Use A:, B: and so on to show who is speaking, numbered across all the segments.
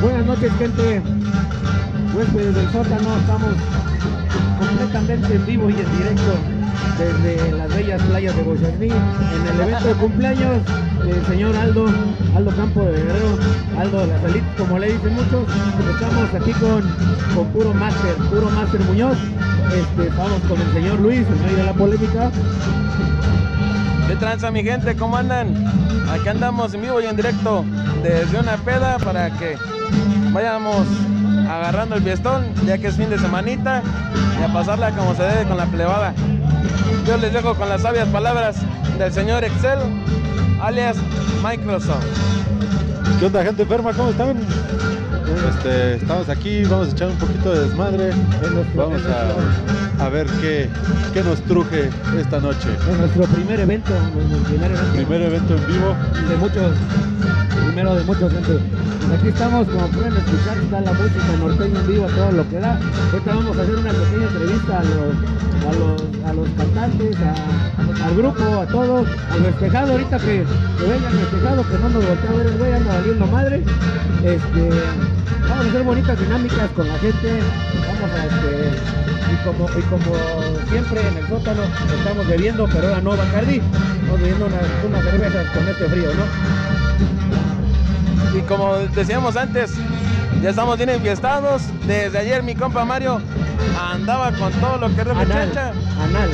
A: Buenas noches, gente. Huéspedes del sótano, estamos completamente en vivo y en directo desde las bellas playas de Boyacní en el evento de cumpleaños del señor Aldo, Aldo Campo de Guerrero, Aldo de la Salid, como le dicen muchos. Estamos aquí con, con Puro Master, Puro Master Muñoz. Este, estamos con el señor Luis, el rey de la polémica.
B: ¿Qué tranza mi gente? ¿Cómo andan? Aquí andamos en vivo y en directo desde una peda para que vayamos agarrando el fiestón, ya que es fin de semanita, y a pasarla como se debe con la plebada. Yo les dejo con las sabias palabras del señor Excel, alias Microsoft.
C: ¿Qué onda gente enferma? ¿Cómo están? Este, estamos aquí, vamos a echar un poquito de desmadre.
A: Es nuestro-
C: Vamos
A: es
C: a, a ver qué, qué nos truje esta noche.
A: Es nuestro primer evento, nuestro primer evento.
C: Primer evento en vivo.
A: de muchos, primero de muchos gente. Pues aquí estamos, como pueden escuchar, está la música norteña en vivo, todo lo que da. Ahorita vamos a hacer una pequeña entrevista a los, a los, a los cantantes, a- al grupo, a todos, al festejado, ahorita que, que venga el festejado, que no nos voltea a ver el güey, anda valiendo madre. Este, vamos a hacer bonitas dinámicas con la gente, vamos a este, y como, y como siempre en el sótano estamos bebiendo, pero ahora no Bacardi, estamos bebiendo unas, unas cervezas con este frío, ¿no?
B: Y como decíamos antes, ya estamos bien enfiestados. Desde ayer mi compa Mario andaba con todo lo que es de
A: Anal,
B: muchacha.
A: anal.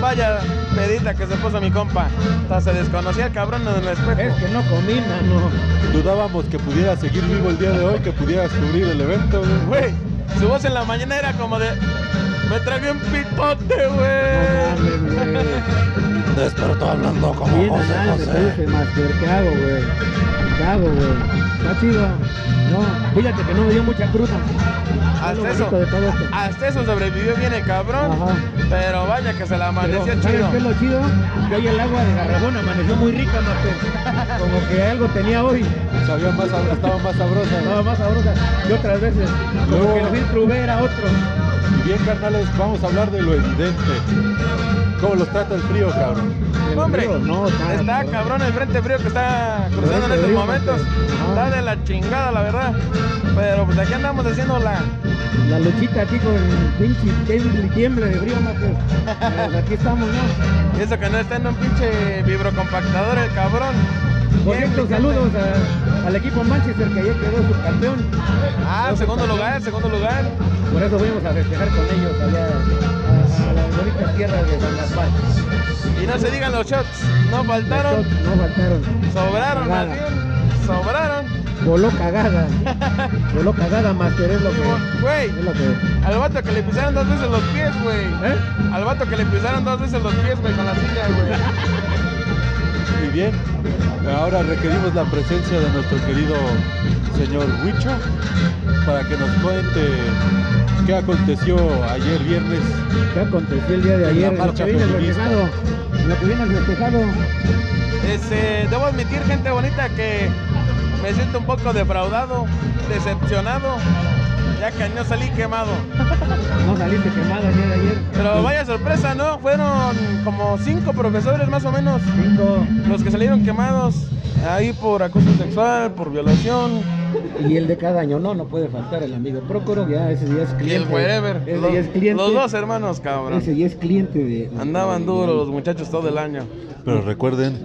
B: Vaya pedita que se puso mi compa. Hasta se desconocía el cabrón en el espejo.
A: Es que no comí, mano.
C: Dudábamos que pudiera seguir vivo el día de hoy, que pudieras cubrir el evento. güey.
B: Güey, su voz en la mañana era como de. Me tragué un pitote, güey.
A: No mames, güey.
C: Despertó hablando como
A: Bien
C: José
A: anal me
C: José.
A: puse, Master. ¿Qué hago, güey? ¿Qué hago, güey? Está chido. No, fíjate que no me dio mucha cruda. Es lo
B: Hasta eso,
A: bonito de todo esto.
B: hasta eso sobrevivió bien el cabrón.
A: Ajá.
B: Pero vaya que se la
A: Pero,
B: amaneció
A: ¿Sabes
B: chido.
A: qué es lo chido? Que hoy el agua de Garrabón amaneció muy rica, Master. Como que algo tenía hoy.
C: Sabía más, sab- estaba más sabrosa.
A: Nada más sabrosa que otras veces. Como
C: No.
A: que el filtro V era otro.
C: Y bien, carnales, vamos a hablar de lo evidente. ¿Cómo los trata el frío, cabrón?
A: El
B: Hombre,
A: río, no, está-
B: está cabrón el frente frío que está cruzando en
A: Frente
B: estos
A: frío,
B: momentos.
A: Ajá.
B: Está de la chingada, la verdad. Pero pues aquí andamos haciendo la.
A: La luchita aquí con el pinche tiemble, tiemble de frío, más que- Pero, pues, aquí estamos, ¿no?
B: y Eso que no está en un pinche vibrocompactador el cabrón.
A: Por
B: Bien,
A: cierto,
B: mi gente.
A: saludos a- al equipo Manchester que ayer quedó subcampeón.
B: Ah,
A: Quedó
B: segundo
A: subcampeón.
B: lugar, segundo lugar.
A: Por eso fuimos a festejar con ellos allá a, a las bonitas tierras de San Gaspar.
B: Y no se digan los shots. No faltaron.
A: No faltaron.
B: Sobraron, más
A: Cagada.
B: bien. Sobraron.
A: Voló cagada. Voló cagada, Master, es lo que.
B: Güey,
A: Es lo que.
B: al vato que le pisaron dos veces los pies, güey.
A: ¿Eh?
B: Al vato que le pisaron dos veces los pies, güey, con la silla, güey.
C: Y bien, ahora requerimos la presencia de nuestro querido señor Huicho para que nos cuente qué aconteció ayer viernes.
A: ¿Qué aconteció el día de
C: La
A: ayer? Lo
C: marcha
A: que viene el
C: feminista.
A: festejado. Lo que viene el festejado.
B: Este, debo admitir, gente bonita, que me siento un poco defraudado, decepcionado, ya que no salí quemado.
A: No saliste quemado el día de ayer.
B: Pero vaya sorpresa, ¿no? Fueron como cinco profesores más o menos
A: Cinco.
B: los que salieron quemados ahí por acoso sexual, por violación.
A: Y el de cada año. No, no puede faltar el amigo Prócoro. Ya ese día es cliente.
B: Y el wherever.
A: Ese
B: Los,
A: día es cliente.
B: los dos hermanos, cabrón.
A: Ese día es cliente de.
B: Andaban duros los muchachos todo el año.
C: Pero recuerden,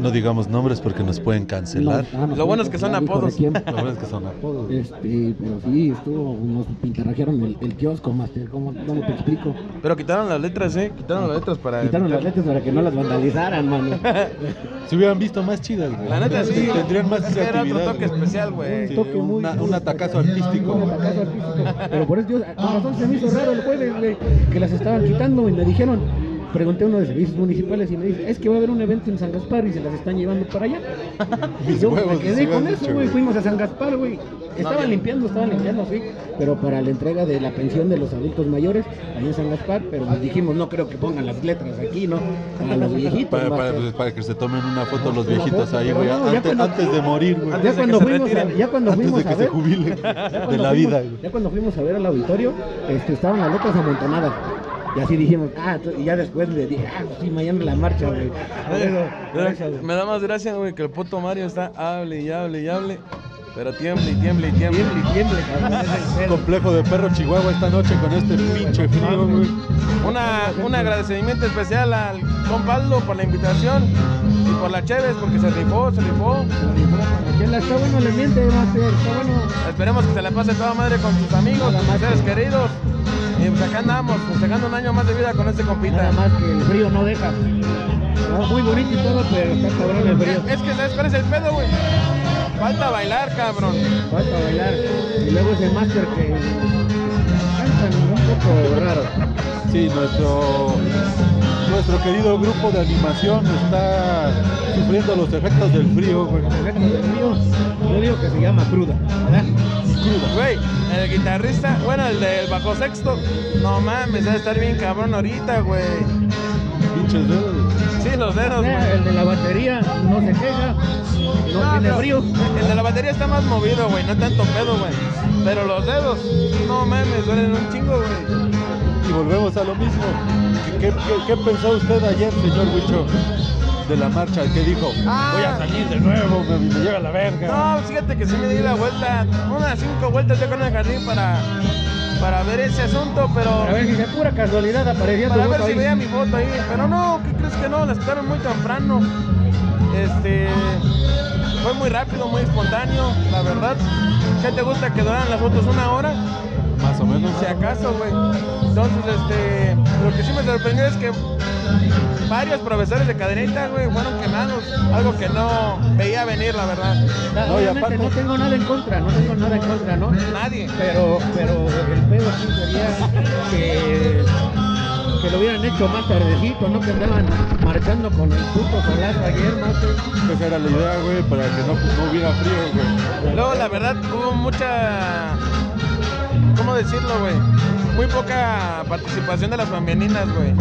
C: no digamos nombres porque nos pueden cancelar.
B: Lo bueno es que son apodos.
C: Lo bueno Ah, es que son apodos.
A: Este, pero sí, estuvo, nos pintarrajearon el, el kiosco, Master, ¿cómo, cómo te explico?
B: Pero quitaron las letras, ¿eh? Quitaron las letras para...
A: Quitaron las letras para que no las vandalizaran, mano.
C: Si hubieran visto más chidas, güey.
B: La neta sí.
C: Tendrían más
B: Es que era otro
C: creatividad,
B: toque
C: güey.
B: especial, güey.
C: Sí,
A: toque muy-
C: una- un atacazo artístico.
A: Un atacazo artístico. Pero por eso, Dios, con razón se me hizo raro el jueves, güey, que las estaban quitando y me dijeron, pregunté a uno de servicios municipales y me dice, es que va a haber un evento en San Gaspar y se las están llevando para allá. Y
C: Mis
A: yo me
C: huevos,
A: quedé
C: mis
A: con
C: huevos,
A: eso,
C: dicho,
A: güey,
C: güey.
A: fuimos a San Gaspar, güey. Estaban
B: bien.
A: limpiando, estaban limpiando, sí, pero para la entrega de la pensión de los adultos mayores, ahí en San Gaspar, pero nos dijimos, no creo que pongan las letras aquí, ¿no? Para los viejitos.
C: Para,
A: más
C: para-
A: que-
C: pues, para que se tomen una foto los
A: Una
C: viejitos
A: foto,
C: ahí,
A: pero
C: güey.
A: no, ya
C: Antes,
A: cuando-
C: antes de morir, güey.
A: ya
B: Antes de
A: cuando
B: que se
A: fuimos, a,
B: retiren.
A: ya cuando
C: Antes
A: fuimos
C: de
A: a
C: que se
A: ver,
C: jubile
A: ya
C: de
A: cuando
C: la
A: fuimos-
C: vida, güey.
A: Ya cuando fuimos a ver al auditorio, este, estaban las letras amontonadas. Y así dijimos, ah, tú- y ya después le dije, ah, sí, mañana la marcha, güey. Por eso, por eso,
B: Me da más gracia, güey, que el puto Mario está hable y hable y hable. Pero tiemble y tiemble y tiemble.
A: Tiemble, tiemble, cabrón. es el pedo.
C: Complejo de perro Chihuahua esta noche con este pinche frío, güey.
B: Una, un agradecimiento especial al compaldo por la invitación y por la Chévez porque se rifó, se rifó.
A: Porque la- Está bueno, le miente, Master. Está bueno.
B: Esperemos que se la pase toda madre con sus amigos,
A: Nada
B: con
A: más
B: seres
A: que-
B: queridos. Y pues acá andamos, festejando un año más de vida con este compita.
A: Nada más que el frío no deja. No, muy bonito y todo, pero está cabrón el frío.
B: Es que, ¿sabes cuál es el pedo, güey? Falta bailar, cabrón.
A: Falta bailar. Y luego es el Master que cantan un poco raro.
C: Sí, nuestro, nuestro querido grupo de animación está sufriendo los efectos del frío, güey.
A: Perfecto, el frío, yo digo que se llama cruda. ¿verdad?
C: Cruda.
B: Güey, el guitarrista, bueno, el del bajo sexto. No mames, debe estar bien cabrón ahorita, güey.
C: Pinches dedos.
B: Sí, los dedos,
A: O sea,
B: güey.
A: el de la batería no se queja, no tiene
B: Ah, pero
A: frío.
B: El de la batería está más movido, güey. No es tanto pedo, güey. Pero los dedos, no mames, duelen un chingo, güey.
C: Y volvemos a lo mismo. ¿Qué, qué- qué- qué pensó usted ayer, señor Huicho, de la marcha? ¿Qué dijo?
B: Ah.
C: Voy a salir de nuevo, me, me lleva la verga.
B: No, fíjate que sí me di la vuelta, unas cinco vueltas yo con el jardín para, para ver ese asunto, pero
A: A ver si de pura casualidad aparecía tu
B: para ver
A: voto
B: si
A: ahí.
B: veía mi foto ahí. Pero no, ¿qué crees que no? La sacaron muy temprano. Este. Fue muy rápido, muy espontáneo, la verdad. ¿Qué te gusta que duraran las fotos una hora?
C: Más o menos.
B: si acaso, güey. Entonces, este, lo que sí me sorprendió es que varios profesores de cadeneta, güey, fueron quemados. Algo que no veía venir, la verdad.
A: Ah,
C: No, y
A: obviamente
C: aparte-
A: no tengo nada en contra, no tengo nada en contra, ¿no?
B: Nadie.
A: Pero, pero el pedo aquí sería que, que lo hubieran hecho más tardecito, no que andaban marchando con el puto solazo ayer, más
C: Esa Pues era la idea, güey, para que no, pues, no hubiera frío, güey.
B: Luego, la verdad, hubo mucha. ¿Cómo decirlo, güey? Muy poca participación de las bambininas, güey.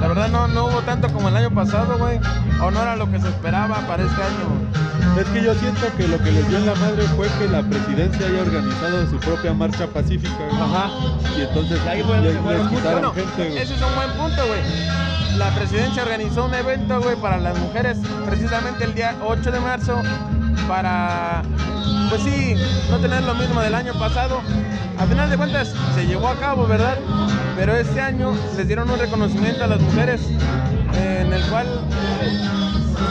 B: La verdad, no, no hubo tanto como el año pasado, güey. O no era lo que se esperaba para este año.
C: Es que yo siento que lo que les dio en la madre fue que la presidencia haya organizado su propia marcha pacífica, güey.
A: Ajá.
C: Y entonces
A: Y ahí fue donde
C: les-
A: fueron
C: les
A: mucho,
C: quitaron
B: Bueno,
C: gente, güey.
B: ese es un buen punto, güey. La presidencia organizó un evento, güey, para las mujeres, precisamente el día 8 de marzo, para, pues sí, no tener lo mismo del año pasado. A final de cuentas, se llevó a cabo, ¿verdad? Pero este año les dieron un reconocimiento a las mujeres, eh, en el cual,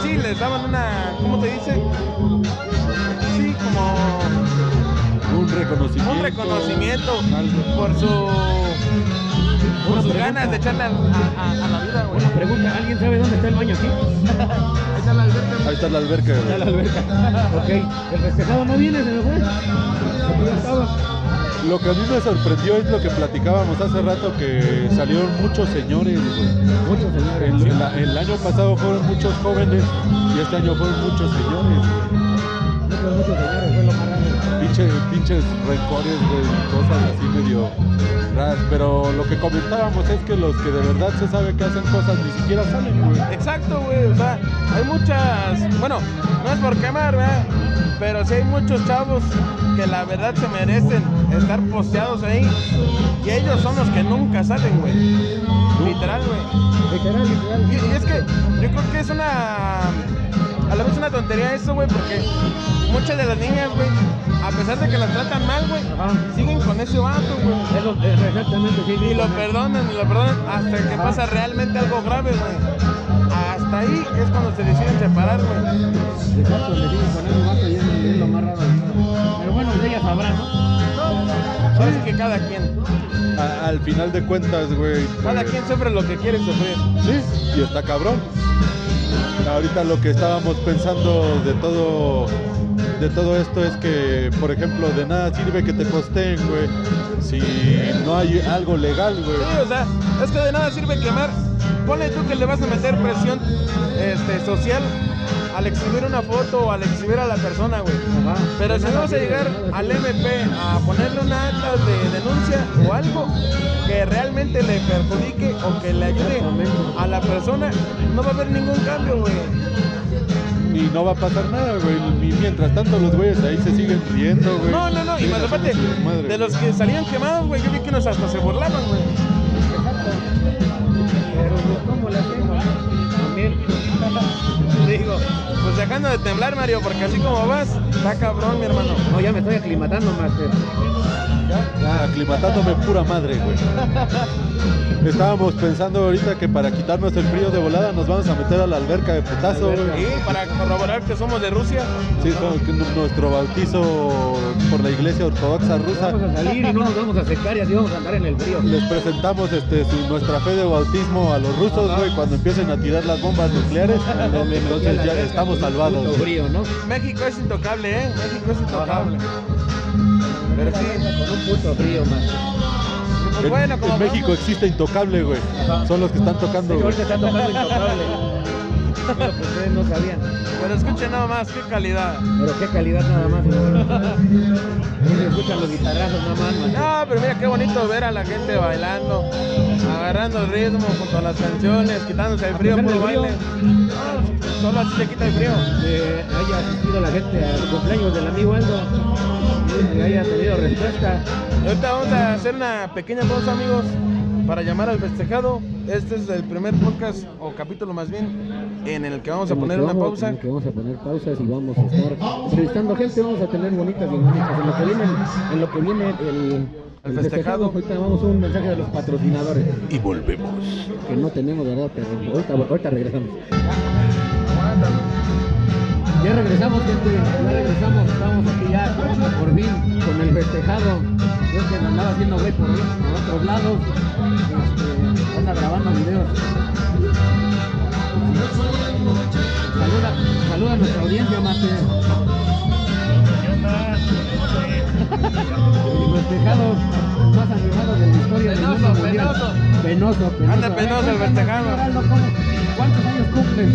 B: sí, les daban una, ¿cómo te dice? Sí, como
C: Un reconocimiento.
B: un reconocimiento
C: algo.
B: por su por
A: Una
B: sus
A: pregunta.
B: ganas de echarle a, a- a la vida, güey.
A: Una pregunta, ¿alguien sabe dónde está el baño aquí?
C: Ahí está la alberca, güey.
A: Está la alberca. Ok, el festejado no viene, se me fue. Aquí ya estaba.
C: Lo que a mí me sorprendió es lo que platicábamos hace rato, que salieron muchos señores. güey.
A: Muchos señores.
C: El, el- el año pasado fueron muchos jóvenes y este año fueron muchos señores. güey.
A: Muchos, muchos señores, fue lo más raro.
C: Pinches, pinches rencores, güey, cosas así medio raras. Pero lo que comentábamos es que los que de verdad se sabe que hacen cosas ni siquiera salen, güey.
B: Exacto, güey. O sea, hay muchas. Bueno, no es por quemar, ¿verdad? Pero sí hay muchos chavos que la verdad se merecen estar posteados ahí. Y ellos son los que nunca salen, güey. Literal, güey.
A: Literal, literal.
B: Y, y es que yo creo que es una. A la vez una tontería eso, güey, porque muchas de las niñas, güey, a pesar de que las tratan mal, güey,
A: Ajá.
B: siguen con ese vato, güey.
A: Es lo- es exactamente, sí.
B: Y
A: sí,
B: lo
A: sí.
B: perdonan, y lo perdonan hasta que
A: Ajá.
B: pasa realmente algo grave, güey. Hasta ahí es cuando se deciden separar, güey.
A: Exacto, le digo con ese vato y es, es lo más raro. de todo. Pero bueno, pues ella sabrá, ¿no?
B: Sabes que cada quien,
C: A- al final de cuentas, güey.
B: cada
C: eh,
B: quien sufre lo que quiere sufrir.
C: Sí, y está cabrón. Ahorita lo que estábamos pensando de todo de todo esto es que, por ejemplo, de nada sirve que te posteen, güey, si no hay algo legal,
B: Sí,
C: güey.
B: o sea, es que de nada sirve quemar. Ponle tú que le vas a meter presión este, social al exhibir una foto o al exhibir a la persona, güey.
A: Ajá.
B: Pero
A: De
B: si
A: nada
B: vamos a
A: sirve, de
B: llegar
A: nada
B: al E
A: sirve.
B: MP a ponerle una acta de denuncia o algo que realmente le perjudique o que le ayude a la persona, no va a haber ningún cambio, güey.
C: Y no va a pasar nada, güey. Y mientras tanto los güeyes ahí se siguen riendo, güey.
B: No, no, no, y
C: Siguen
B: más aparte,
C: haciendo su desmadre,
B: de
C: güey.
B: los que salían quemados, güey, yo vi que unos hasta se burlaban, güey.
A: Pero pues, ¿cómo le hacemos? También. Digo,
B: Pues dejando de temblar, Mario, porque así como vas, Está cabrón, mi hermano.
A: No, ya me estoy aclimatando, Master.
C: Ya, aclimatándome pura madre, güey. Estábamos pensando ahorita que para quitarnos el frío de volada nos vamos a meter a la alberca de putazo, güey.
B: Y para corroborar que somos de Rusia,
C: Sí, fue n- nuestro bautizo por la iglesia ortodoxa
A: Vamos
C: rusa.
A: a salir y no nos vamos a secar y así vamos a andar en el frío.
C: Les presentamos este, su- nuestra fe de bautismo a los rusos, güey, cuando empiecen a tirar las bombas nucleares. Entonces ya estamos salvados.
A: Puto
C: güey.
A: frío, ¿no?
B: México es intocable, ¿eh? México es intocable. Pero sí,
A: Con un puto frío, Master.
B: pues
C: En,
B: bueno, como
C: en México
B: hablamos-
C: existe intocable, güey.
A: Ajá.
C: Son los que están
A: Sí,
C: tocando, güey.
A: ahorita está tocando intocable. Bueno, pues ustedes no sabían.
B: Pero escuchen nada más, qué calidad.
A: Pero qué calidad nada más. ¿no? Ahí se escuchan los guitarrazos nada más, Master.
B: No, pero mira qué bonito ver a la gente bailando, agarrando el ritmo junto a las canciones, quitándose el frío
A: pesar
B: por
A: del frío.
B: baile. No, solo así se quita el frío.
A: que haya asistido la gente al cumpleaños del amigo Aldo y haya tenido respuesta.
B: Ahorita vamos a hacer una pequeña pausa, amigos, para llamar al festejado. Este es el primer podcast, o capítulo más bien, en el que vamos a
A: Como
B: poner
A: que
B: una
A: vamos-
B: pausa.
A: como que vamos a poner pausas y vamos a estar entrevistando gente, vamos a tener bonitas dinámicas. En lo que viene, en lo que viene el,
B: El festejado.
A: ahorita vamos a un mensaje de los patrocinadores
D: y volvemos.
A: que no tenemos, ¿verdad? Pero ahorita, ahorita regresamos. Ya regresamos, gente, ya regresamos, estamos aquí ya por fin con el festejado. Yo que me andaba haciendo güey por, por otros lados, este, anda grabando videos. Saluda, saluda a nuestra audiencia, Mate. El festejado más animado de la historia del mundo
B: Penoso,
A: mundial.
B: penoso.
A: Penoso, penoso.
B: Anda
A: A ver,
B: penoso el
A: cuéntanos,
B: festejado.
A: Geraldo, ¿cómo- ¿Cuántos años cumples?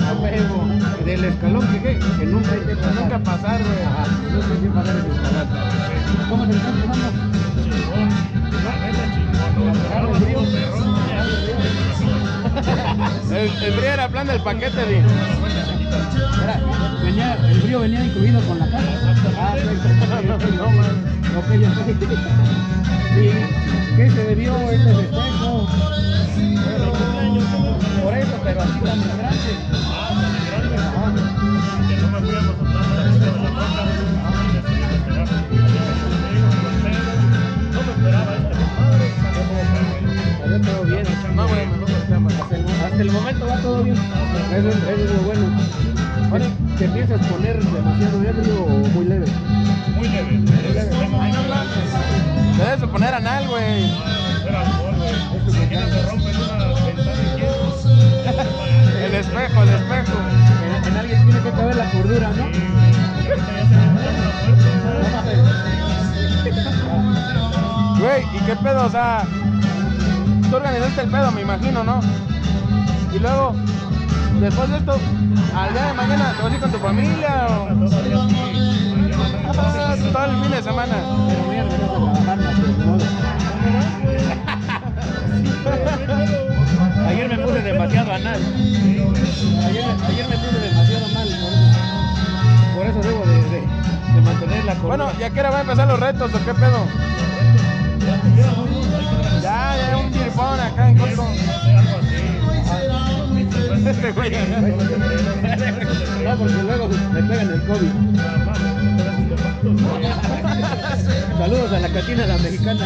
A: A huevo. Del escalón que, que nunca hay que pasar.
B: Nunca pasar, güey.
A: Ajá, nunca hay que pasar ese escalón. ¿Cómo te estás pasando? Agarra el frío.
B: El, el frío era plan del paquete, di.
A: Espera, venía, el frío venía incluido con la casa. Ah, sí. no, man. Ok, ya sé. ¿Y qué se debió este festejo? Por eso, pero así tan grande. Ah, este Salió todo bien. Ah,
B: No, güey, mejor por el tema.
A: Hasta el, hasta el momento va todo bien. Eso, es- eso es lo bueno. Ahora, ¿te piensas poner demasiado ebrio o muy leve?
B: Te debes de poner anal, güey. El espejo, el espejo.
A: En, en alguien tiene que caber la cordura, ¿no?
B: Güey, ¿y qué pedo? O sea, tú organizaste el pedo, me imagino, ¿no? Y luego, después de esto, al día de mañana, ¿te vas a ir con tu familia o...? Ah, Todo el fin de semana.
A: Pero muy orgulloso de trabajar, no, pero ni modo. Ayer me puse demasiado anal. Ayer, ayer me puse demasiado mal. Por eso, por eso debo de, de- de mantener la cordura.
B: Bueno, ¿y a qué hora van a empezar los retos o qué pedo? Ya, ya un birpón acá en Costco. Este güey.
A: No, Ah, porque luego me pegan el COVID. Saludos a la catina la mexicana.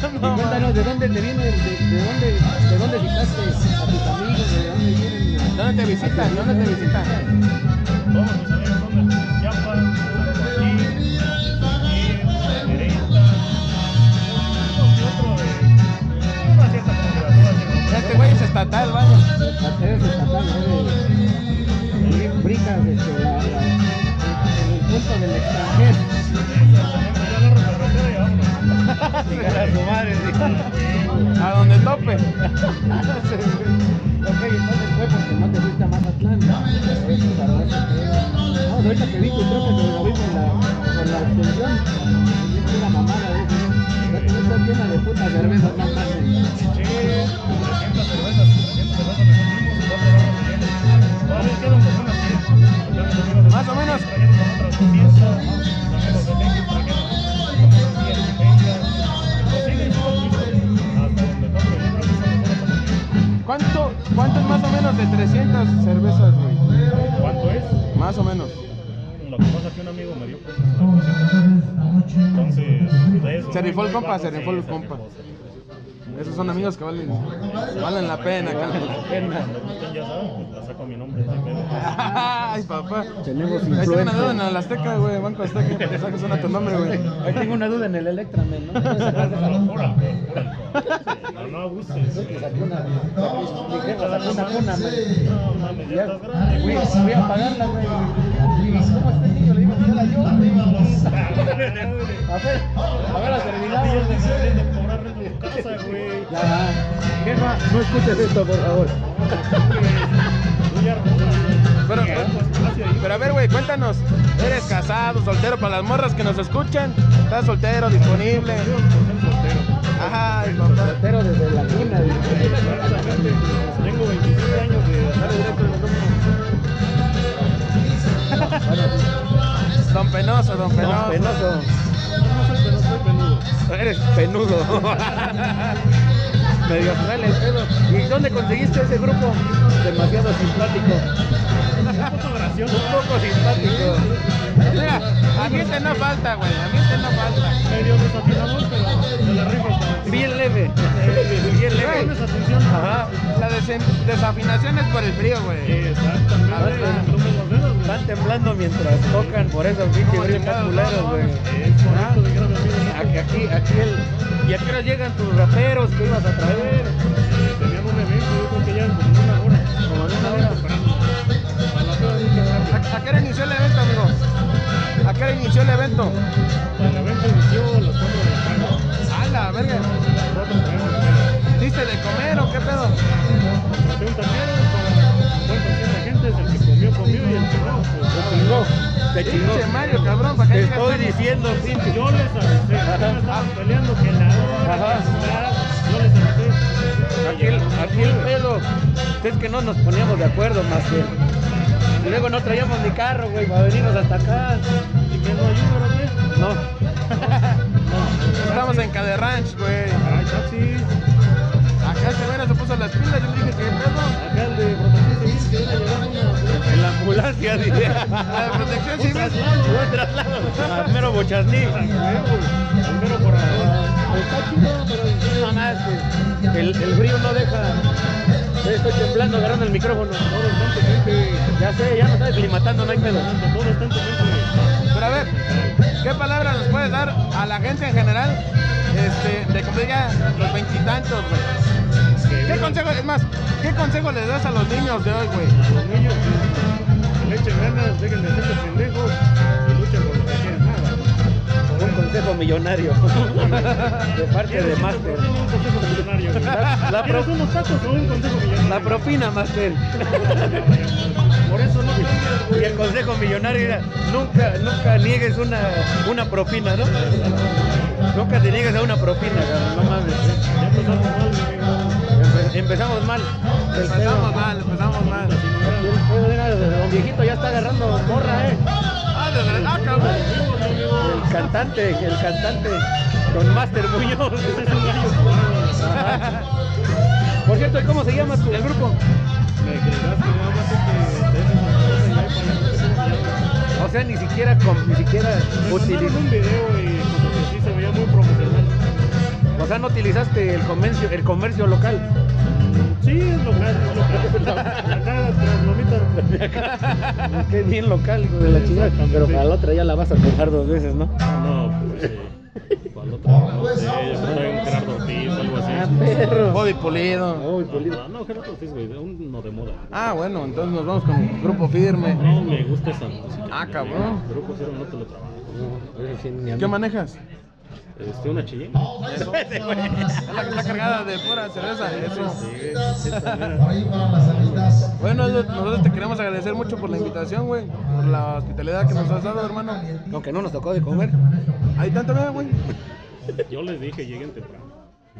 A: 50 cuéntanos de dónde te viene, de, de dónde, de dónde visitaste a tus amigos, de dónde vienen.
B: ¿Dónde te visitan? ¿Dónde te visitan? Este güey es estatal, vaya.
A: Eres estatal, ¿no? De- de- Brincas este, la, la- en el punto del extranjero. Llegar a su madre, sí.
B: A donde tope.
A: Ok, entonces fue porque no te fuiste a Mazatlán. ¿no? Por eso, para eso te- No, ahorita que vi tu troca que lo vi con la, con la extensión, es una mamada de eso. ¿no? Ya te estás llena de putas cervezas, no mames.
B: Más o menos. ¿Cuánto, cuánto menos de 300 cervezas, güey.
D: ¿Cuánto es?
B: Más o menos.
D: Lo que pasa es que un amigo me dio pues, es una cosita. Entonces, ustedes.
B: Se rifó el
D: muy
B: compa,
D: bajos,
B: se
D: sí,
B: rifó el
D: se
B: compa.
D: rifó, se rifó.
B: Esos son amigos que valen, valen la pena, cabrón.
D: Cuando gusten, ya saben, pues la saco a mi nombre. pues, no hay pedo.
B: Ay, papá.
A: Tenemos
B: Ahí tengo una duda en
A: influencia.
B: el Azteca, güey. Banco Azteca, para que saques una a tu nombre, güey.
A: Ahí tengo una duda en el Electramen, ¿no?
D: Por- por alcohol, por alcohol. No, no abuses.
A: Que
D: güey.
A: sacó una, mi jefa sacó una cuna, güey.
D: No, mames, ya
A: Ya,
D: estás grande,
A: fui,
D: güey.
A: fui a pagarla, güey. ¿Cómo este niño? Le digo, que era yo. A ver, a ver, la
D: Ellos
A: servidora.
D: deberían de cobrarle de tu casa, güey.
A: Ya, jefa, no escuches esto, por favor.
D: Tú ya robas, güey.
B: Pero,
D: Ya, pues, espacio ahí.
B: pero a ver, güey, cuéntanos. ¿Eres casado, soltero? Para las morras que nos escuchan, ¿estás soltero, disponible?
D: Yo, por ser soltero.
B: Ajá, ay, papá.
A: Pero desde la cuna, güey.
D: Exactamente. Tengo 27 años de andar directo en el campo.
B: Don Penoso, don Penoso.
A: No, penoso.
D: No soy peludo, soy peludo.
B: Eres penudo.
A: Medio sale el pedo. ¿Y dónde conseguiste ese grupo? Demasiado simpático.
D: Un poco gracioso.
A: Un poco simpático.
B: Mira, a mí te no falta, güey. A mí te no falta.
D: Medio desafinador, pero me la rifo.
A: Bien leve.
D: Bien
B: leve.
D: Pones atención.
B: Ajá. La desen- desafinación es por el frío, güey.
D: Exactamente.
A: A ver,
D: me comen los dedos, güey.
A: Están temblando mientras tocan, por eso vi que
B: No,
A: brincan
B: chingados,
A: culeros,
B: no,
A: güey.
B: no,
D: Es correcto, dijera mi amigo.
A: Ah, Aquí, aquí, aquí el... ¿Y a qué hora llegan tus raperos que ibas a traer?
D: Tenían un evento, yo creo que ya en como una hora.
A: Como en una hora.
D: A la hora de que
B: ¿A, a qué hora inició el evento, amigo? ¿A qué hora inició el evento?
D: El evento inició a las 4 de la tarde.
B: A la verga.
D: Cuatro de la tarde.
B: ¿Diste de comer o qué pedo?
D: Contraté un taquero con buen porcentaje de gente, es el que comió, comió y el que no, pues,
A: Te chingó, te chingó.
B: Pinche Mario, cabrón, ¿para qué
A: Te
B: llegas
A: estoy
B: tarde?
A: diciendo, pinche.
D: Yo les avisé, yo me estaban peleando que la hora,
A: Ajá.
D: que la- yo les avisé.
A: Aquí el, aquí el pedo es que no nos poníamos de acuerdo más que. y Luego no traíamos ni carro, güey, para venirnos hasta acá.
D: ¿Y que no hay Uber, o qué?
A: No.
B: Estamos en Cade Ranch, güey.
D: Ay, taxi.
B: Acá este güey no se puso las pilas, yo dije, ¿qué pedo?
D: Acá el de protección civil que viene llegando una ambulancia.
A: En la ambulancia, dije.
B: La de protección civil.
A: Buen traslado. Al mero bochasní.
D: El mero corazón.
A: Está chido, pero es una más que el, el frío no deja. Estoy temblando agarrando el micrófono.
D: Todo está en tu mente.
A: Ya sé, ya no está climatando, no hay pedo.
D: Todo está en tu mente.
B: Pero a ver, ¿qué palabras nos puedes dar a la gente en general? Este, de como diga, los veintitantos, güey. ¿Qué consejo, es más, qué consejo les das a los niños de hoy, güey?
D: Los niños que le echen ganas, dejen de ser pendejos y luchen por lo que quieren. Nada.
A: Un consejo millonario. De parte de Master.
D: Un consejo millonario. güey.
A: La- la
D: ¿Quieres
A: pro-
D: unos tacos o un consejo millonario?
A: La propina, Master.
D: Por eso no cambies,
A: Y
D: güey.
A: el consejo millonario era, nunca, nunca niegues una, una propina, ¿no? Nunca te niegues a una propina, cabrón, no mames.
D: Ya empezamos mal, mi amigo.
A: Empe- empezamos mal.
B: Empezamos mal, empezamos mal.
A: Pero mira, Don viejito ya está agarrando morra, ¿eh?
B: Ah, de verdad, cabrón.
A: El cantante, el cantante, Don Master Muñoz.
D: Ese es un gallo cuadrado.
A: Por cierto, ¿y ¿cómo se llama tu- el grupo?
D: Me creerás que nada más es que te dejes una cosa y ahí para allá, no sé cómo se llama.
A: O sea, ni siquiera, con- ni siquiera
D: Me mandaron
A: utiliz-
D: un video y como que sí se veía muy profesional.
A: o sea, no utilizaste el comercio, el comercio local.
D: Sí, es local, es local. Acá tras Lomitas.
A: Qué bien local, hijo de la chingada.
D: Exactamente.
A: Pero para la otra ya la vas a pegar dos veces, ¿no?
D: No, pues sí. ¿Cuál otra? No sé, yo creo que hay un Gerardo Ortiz, algo así.
A: Ah, perro.
B: Body pulido.
A: Uy, pulido.
D: No, no, Gerardo Ortiz, güey, de un- no de moda.
B: Ah, bueno, entonces nos vamos con grupo firme.
D: No me gusta esa música.
B: Ah,
D: mi
B: cabrón.
D: amigo. Pero pues, pusieron no te lo trabajo.
A: No, eso sí, ni a
B: ¿Qué
A: mí.
B: manejas?
D: Este, una chillena.
B: Es la que está cargada de pura cerveza. Eso.
D: Esta mera.
B: Bueno, nosotros te queremos agradecer mucho por la invitación, güey. Por la hospitalidad que nos has dado, hermano.
A: Aunque no nos tocó de comer.
B: Ahí tanto, vea, güey.
D: Yo les dije, lleguen temprano.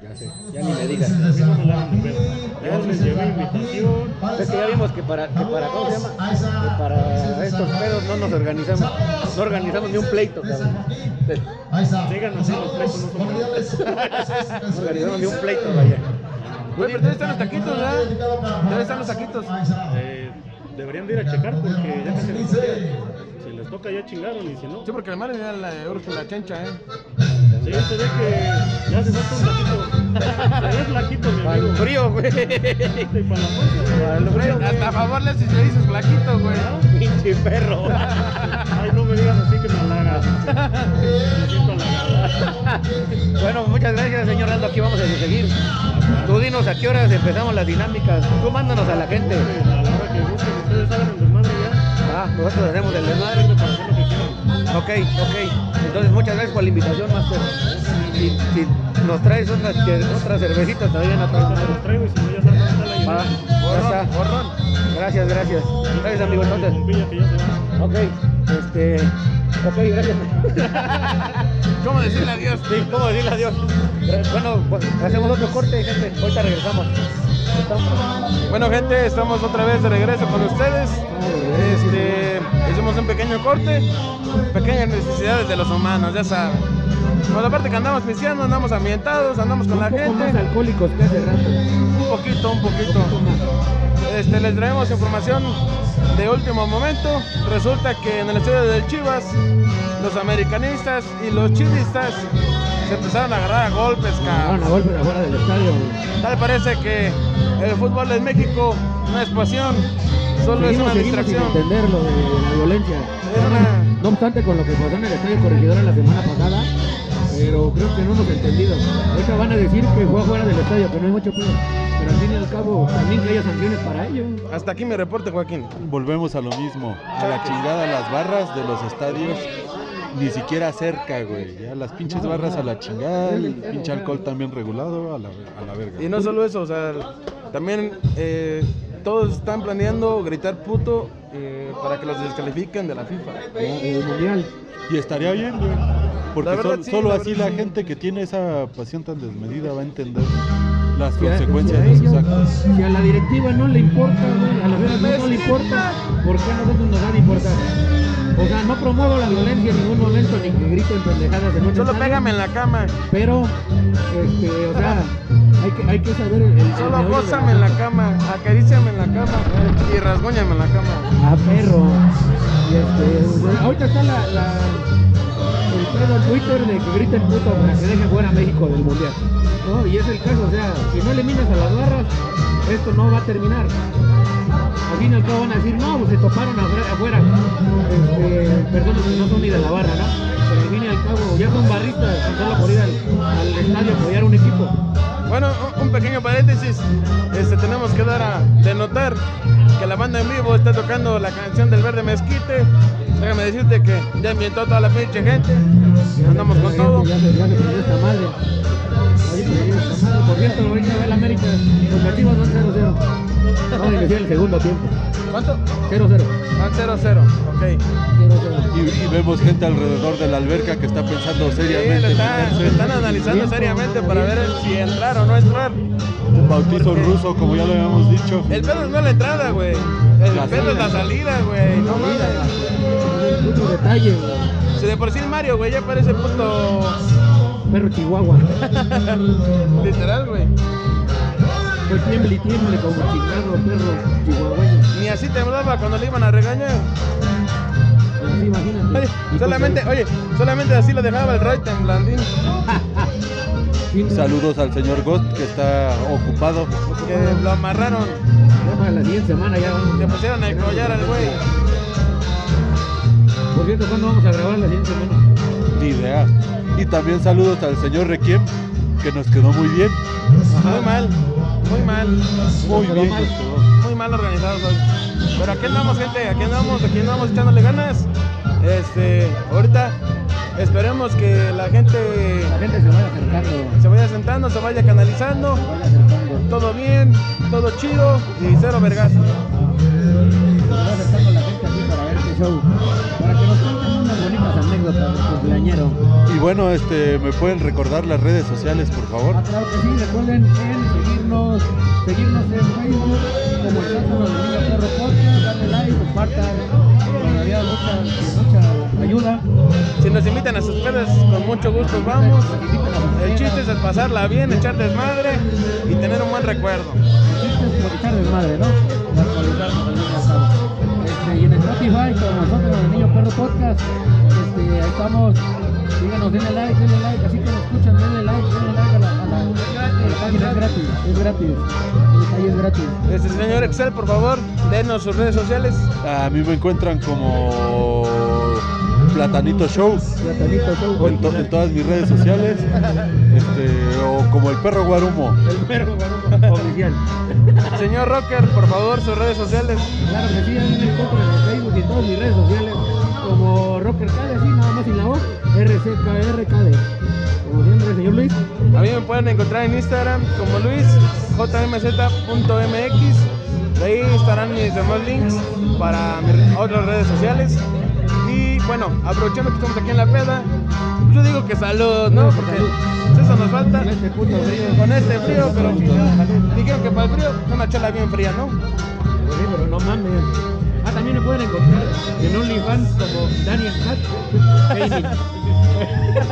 A: Ya sé, ya ni me digas.
D: A mí no me la hagan de pedo. Yo les llevé invitación.
A: Es que ya vimos que para, que para ¿cómo se llama? Que para estos pedos no nos organizamos. No organizamos ni un pleito, cabrón.
D: Llegan así los precios, no son problemas.
A: No organizamos ni un pleito, vaya.
D: No, no, no.
B: Güey, pero todavía están los taquitos, ¿verdad? Todavía están los taquitos.
D: Eh, deberían de ir a checar porque ya que se les, si les toca ya chingaron y si no,
B: Sí, porque el mal era la de Urso, la chencha, ¿eh?
D: sí, se ve que ya se falta un taquito. Se ve flaquito, mi
B: Para el
D: amigo. Este,
B: frío, güey.
D: Y para la fuerza,
B: Para el frío, güey.
E: Hasta a favor le si le dices flaquito, güey.
D: Pinche perro. Ay, no me digas así que me halagas. Me siento halagado.
E: Bueno, muchas gracias, señor Rando. Aquí vamos a seguir. Tú dinos a qué horas empezamos las dinámicas. Tú mándanos a la gente.
D: A la hora que gusten, ustedes hagan el desmadre ya.
E: Ah, nosotros hacemos el
D: Madre,
E: desmadre.
D: para hacer lo que quieran.
E: Ok, ok. Entonces, muchas gracias por la invitación, Master. Si, si nos traes otra, que- otra cervecita también,
D: Ahorita se
E: Natal.
D: los traigo y si no, ya saben dónde está la
E: Va, ya está. Gracias, gracias. Gracias, amigo. Entonces,
D: Bombilla que ya se va.
E: ok, este. Ok, gracias.
B: ¿Cómo decirle adiós?
E: Sí, ¿cómo decirle adiós? Re- Bueno, bu- hacemos otro corte, gente. Ahorita regresamos. Estamos-
B: Bueno, gente, estamos otra vez de regreso con ustedes. Este, hicimos un pequeño corte. Pequeñas necesidades de los humanos, ya saben. Bueno, aparte que andamos pisteando, andamos ambientados, andamos con
A: Un
B: la
A: poco más
B: gente.
A: alcohólicos que hace rato.
B: Un poquito, un poquito. Este, les traemos información de último momento. Resulta que en el estadio del Chivas, los americanistas y los chivistas se empezaron a agarrar a golpes, cabrón.
E: Ah,
A: Van a golpe afuera del estadio. güey.
B: Tal parece que el fútbol en México no es pasión, solo es
A: Seguimos, seguimos
B: una
A: sin
B: distracción.
A: entender lo de, la violencia.
B: Es una-
A: No obstante, con lo que pasó en el estadio corregidora la semana pasada, pero creo que no hemos entendido. Ahorita van a decir que fue afuera del estadio, que no hay mucho pedo. Pero al fin y al cabo, también que haya sanciones para ello.
B: Hasta aquí mi reporte, Joaquín.
C: Volvemos a lo mismo, a la chingada las barras de los estadios, ni siquiera cerca, güey. Ya las pinches barras a la chingada, el pinche alcohol también regulado, a la, a la
B: Y
C: verga.
B: no solo eso, o sea, también eh, todos están planeando gritar puto eh, para que los descalifiquen de la FIFA.
A: Ya, El mundial.
C: Y estaría bien, güey. Porque
B: La verdad
C: sol-
B: sí,
C: solo
B: la
C: así
B: verdad
C: la
B: sí.
C: gente que tiene esa pasión tan desmedida va a entender las
A: Si a-
C: consecuencias
A: si a
C: de sus
A: ellos-
C: actos.
A: Si a la directiva no le importa, güey, a los verdes
B: Pues,
A: no le importa, ¿por qué a nosotros nos van a importar? O sea, no promuevo la violencia en ningún momento, ni que griten pendejadas en un
B: Solo
A: estadio,
B: pégame en la cama,
A: Pero, este, o sea, hay que, hay que saber el... el
B: solo
A: meollo de
B: gózame en la cama, acaríciame en la cama eh, y rasguñame en la cama.
A: Ah, perro. Y este, güey, ahorita está la, la- el pedo en Twitter de que griten puto para que deje fuera a México del mundial. No, y es el caso, o sea, si no eliminas a las barras, esto no va a terminar. Al fin y al cabo van a decir, no, pues se toparon afuera, afuera. Este, personas que no son ni de la barra, ¿no? Pero al fin y al cabo, ya son barristas, tan solo por ir al, al estadio a apoyar un equipo.
B: Bueno, un- un pequeño paréntesis, este, tenemos que dar a denotar que la banda en vivo está tocando la canción del verde mezquite. Déjame decirte que ya ambientó toda la pinche gente. Andamos con
A: Ya,
B: todo.
A: Ya se, ya se perdió esta madre. Ahorita se perdió esta madre. Por cierto, ahorita va el América. Los nativos van 0-0. Vamos a iniciar el segundo tiempo.
B: ¿Cuánto?
A: 0-0.
B: Van 0-0. Ok.
A: 0-0.
C: Y, y vemos gente alrededor de la alberca que está
B: Sí,
C: pensando
B: lo
C: seriamente en
B: están, lo
C: meterse.
B: están analizando seriamente para ver si entrar o no entrar.
C: Un bautizo
B: Porque-
C: ruso, como ya lo habíamos dicho.
B: El pedo no es la entrada, güey. El
C: La
B: pedo es la salida, güey. No mames.
A: Mucho detalle, güey.
B: Si de por sí el Mario, güey, ya parece puto.
A: Perro Chihuahua.
B: Literal, güey.
A: Fue tiemble y tiemble como chingado, perro chihuahueño.
B: Ni así temblaba cuando le iban a regañar.
A: Así, imagínate.
B: Oye, solamente, oye, solamente así lo dejaba el Roy temblandín.
A: Sin-
C: Saludos al señor Ghost que está ocupado.
B: Que lo amarraron,
A: Ya para la siguiente semana ya vamos.
B: le pusieron el collar al güey.
A: Por cierto, ¿cuándo vamos a grabar la siguiente semana?
C: Ni idea. Y también saludos al señor Requiem que nos quedó muy bien.
B: Muy mal, muy mal.
C: Muy
A: Pero
C: bien.
A: mal.
C: nos quedó.
B: muy mal organizados hoy. Pero aquí andamos, gente, aquí andamos, aquí andamos echándole ganas. Este, ahorita esperemos que la gente
A: La gente se vaya acercando.
B: se vaya sentando, se vaya canalizando.
A: Se vaya acercando.
B: Todo bien, todo chido y cero vergazo.
A: Vamos a estar con la gente aquí para ver este show. Para que nos cuenten unas bonitas anécdotas del cumpleañero.
C: Y bueno, este, me pueden recordar las redes sociales, por favor.
A: Ah, claro que sí, recuerden en seguirnos, seguirnos en Facebook como el Círculo de Liga Perro Podcast, darle like, compartan. Todavía mucha, mucha ayuda.
B: Si nos invitan a sus pedas, con mucho gusto vamos. El chiste es el pasarla bien, echar desmadre y tener un buen recuerdo.
A: El chiste es aprovechar desmadre, ¿no? Y actualizarnos al mismo cabo. Este, y en Spotify, con nosotros, en el Niño Perro Podcast, este, ahí estamos. Síganos, denle like, denle like, así que nos escuchan, denle like, denle like a la, a la- página, es gratis, es gratis, ahí es gratis.
B: Este señor Excel, por favor, denos sus redes sociales.
C: A mí me encuentran como Platanito Show
A: Platanito, show
C: en, to-
A: original.
C: en todas mis redes sociales este, o como el perro Guarumo.
A: El perro Guarumo, oficial.
B: Señor Rocker, por favor, sus redes sociales.
A: Claro que sí, a mí me encuentran en Facebook y en todas mis redes sociales como Rocker KD, así nada más sin la voz, RCKRKD. Como siempre, señor Luis,
B: A mí me pueden encontrar en Instagram como luisjmz.mx. De ahí estarán mis demás links para mis otras redes sociales. Y bueno, aprovechando que estamos aquí en la peda, yo digo que salud, ¿no? Porque eso nos falta.
A: con este puto frío.
B: Con este frío, pero dijeron que para el frío, una chela bien fría, ¿no?
A: Pues sí, pero no mames. Ah, también me pueden encontrar en OnlyFans como Daniel Cat. Painting.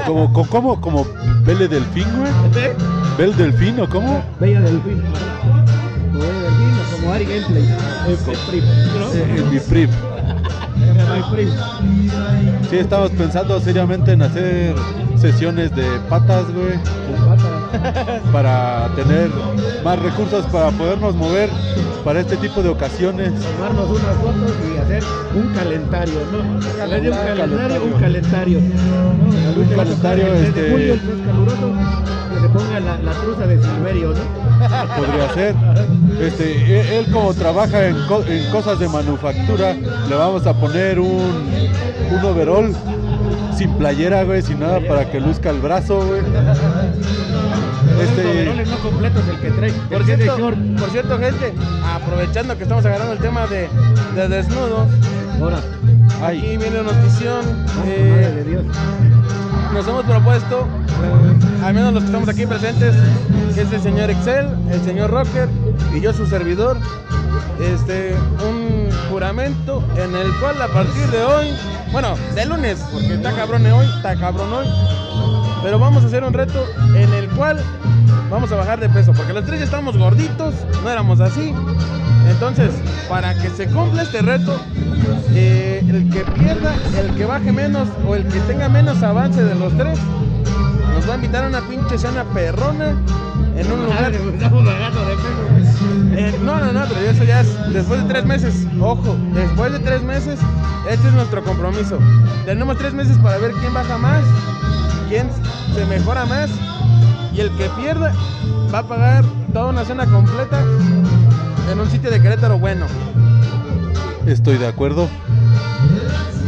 C: Como, co- como, como Belle Delfín, güey. Belle Delfín o cómo?
A: Bella Delfín. Como Bella Delfín o como Ari Gameplay. Es Prip, ¿no?
C: Eh, En mi prip.
A: My Prip.
C: Sí, estamos pensando seriamente en hacer sesiones de patas, güey, para tener más recursos para podernos mover para este tipo de ocasiones.
A: Tomarnos unas fotos y hacer un calendario, ¿no? Hacer un calendario, un calendario. ¿no?
C: Un calendario,
A: El mes de
C: este-
A: julio, el mes caluroso, que se ponga la, la truza de Silverio, ¿no?
C: podría ser. Este, e- él, como trabaja en, co- en cosas de manufactura, le vamos a poner un, un overall sin playera, güey, sin nada para que luzca el brazo, güey.
A: Los
C: Este,
A: overoles no completos el que trae.
B: Por
A: el que es de
B: cierto,
A: short.
B: por cierto, gente, aprovechando que estamos agarrando el tema de, de desnudos,
A: Ahora,
C: ay,
B: aquí viene una notición. eh,
A: madre de Dios.
B: nos hemos propuesto, eh, al menos los que estamos aquí presentes, que es el señor Excel, el señor Rocker y yo su servidor, este, un juramento en el cual a partir de hoy, bueno, de lunes, porque está cabrón hoy, está cabrón hoy, pero vamos a hacer un reto en el cual vamos a bajar de peso, porque los tres ya estamos gorditos, no éramos así. Entonces, para que se cumpla este reto, eh, el que pierda, el que baje menos o el que tenga menos avance de los tres, nos va a invitar a una pinche cena perrona en un lugar.
A: Madre, pues, estamos bajando de peso.
B: Eh, no, no, no, pero eso ya es después de tres meses. Ojo, después de tres meses, este es nuestro compromiso. Tenemos tres meses para ver quién baja más, quién se mejora más. Y el que pierda va a pagar toda una cena completa en un sitio de Querétaro bueno.
C: estoy de acuerdo.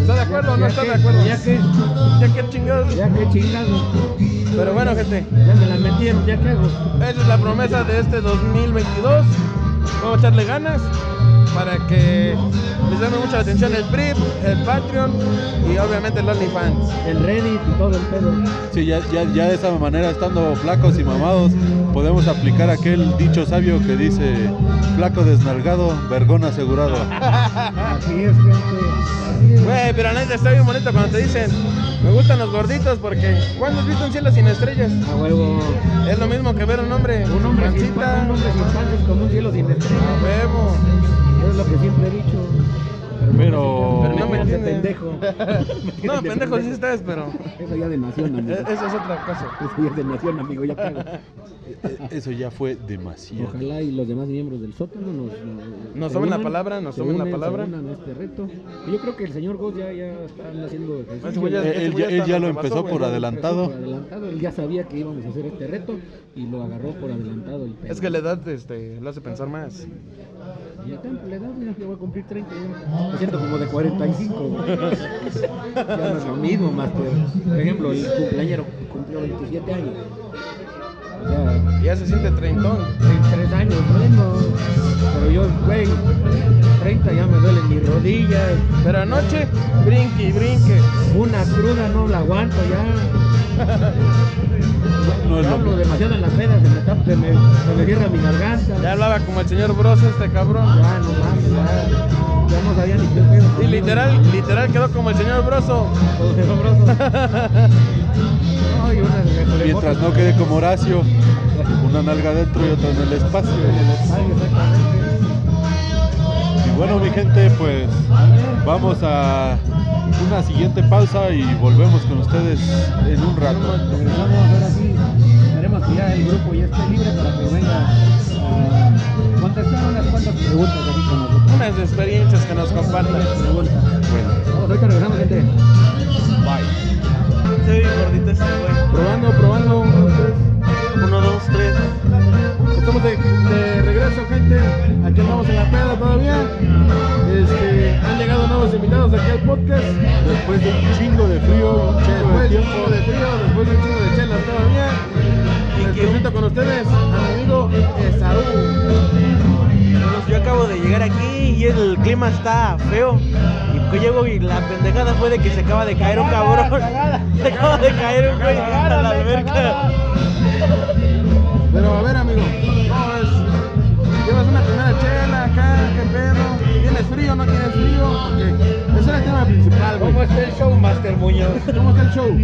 B: ¿Estás de acuerdo o no
A: Ya
B: estás
A: que-
B: de acuerdo?
A: Ya que,
B: Ya que chingados.
A: ya que chingados.
B: Pero bueno, gente,
A: Ya me la metieron, ya que hago.
B: Esa es la promesa de este 2022. Vamos a echarle ganas para que les demos mucha atención el PRIP, el Patreon y obviamente el OnlyFans.
A: El Reddit y todo el pedo.
C: Sí, ya, ya, ya de esa manera, estando flacos y mamados, podemos aplicar aquel dicho sabio que dice: flaco desnalgado, vergón asegurado.
A: Así es, gente. Así es.
B: Güey, pero la neta está bien bonito cuando te dicen, me gustan los gorditos porque ¿cuándo has visto un cielo sin estrellas?
A: A huevo.
B: Es lo mismo que ver un hombre,
A: Un hombre sin pan,
B: pancita.
A: un hombre sin pan es como un cielo sin
B: A
A: estrellas.
B: huevo.
A: Es lo que siempre he dicho.
C: Pero-
A: Pero no me
B: Pero no me
A: tiran de
B: entienden.
A: pendejo.
B: No, pendejo, sí estás, pero
A: Eso ya de nación,
B: e-
A: amigo.
B: eso es otra cosa.
A: Eso ya es de nación, amigo. Ya que hago.
C: E- Eso ya fue demasiado.
A: Ojalá y los demás miembros del sótano nos, nos,
B: Nos
A: se
B: tomen la
A: unan,
B: palabra, nos
A: se
B: tomen la
A: unen, se
B: palabra.
A: unan a este reto. Y Yo creo que el señor Goss ya, ya está haciendo
B: Ese
A: ejercicio.
B: Pues, güey ya-
C: Él-
B: ese
C: él
B: güey
C: ya- él
B: hasta
C: ya lo
B: rebasó,
C: empezó
B: güey.
C: por adelantado.
A: Por adelantado, él ya sabía que íbamos a hacer este reto y lo agarró por adelantado. El pedo.
B: Es que la edad este, lo hace pensar más.
A: Y ya tengo la edad, mira, yo voy a cumplir 30. ya. Me siento como de 45. güey. ya no es lo mismo, más pero, Por ejemplo, el cumpleañero cumplió 27 años. O sea,
B: Ya se siente treintón.
A: 33 años, bueno. Pero yo, güey, 30 ya me duelen mis rodillas.
B: Pero anoche, brinque y brinque.
A: Una cruda no la aguanto ya.
C: No es
A: Ya
C: lo
A: hablo demasiado en las pedas, se me, tapa- se me, se me cierra mi garganta.
B: Ya hablaba como el señor Bros este cabrón.
A: Ya, no mames, ya. Ya no
B: sabía ni qué pedo.
A: Y
B: conmigo.
A: literal, literal quedó como el señor Broso.
B: Como que fue broso. Ay, una de las
C: Mientras no quede como Horacio, una nalga adentro y otra en el espacio.
B: Ay, exactamente.
C: Y bueno, mi gente, pues vamos a una siguiente pausa y volvemos con ustedes en un rato.
B: Regresamos ahora sí. Esperemos que ya el grupo ya esté libre para que venga a contestar unas cuantas preguntas aquí con nosotros.
A: Unas experiencias que nos compartan.
B: Unas preguntas.
C: Bueno.
B: Vamos, ahorita regresamos, gente.
D: Se ve bien gordito este güey.
A: Probando, probando. uno, dos, tres.
D: Uno, dos, tres.
B: Estamos de, de regreso, gente. Aquí andamos en la peda todavía. Este, han llegado nuevos invitados aquí al podcast.
C: Después de un chingo de frío, un chingo de
B: Después de un
C: tiempo.
B: chingo de frío, después de un chingo de chelas todavía. Les presento con ustedes a mi amigo Esaú.
D: Pues yo acabo de llegar aquí y el clima está feo. Y pues llego y la pendejada fue de que se acaba de caer un cabrón. Se acaba de caer un güey a la alberca.
B: Pero a ver, amigo, ¿cómo es? Llevas una primera chela acá, qué pedo. ¿Tienes frío, no tienes frío? Porque ese era el tema principal, güey.
F: ¿Cómo está el show, Master Muñoz?
B: ¿Cómo está el show?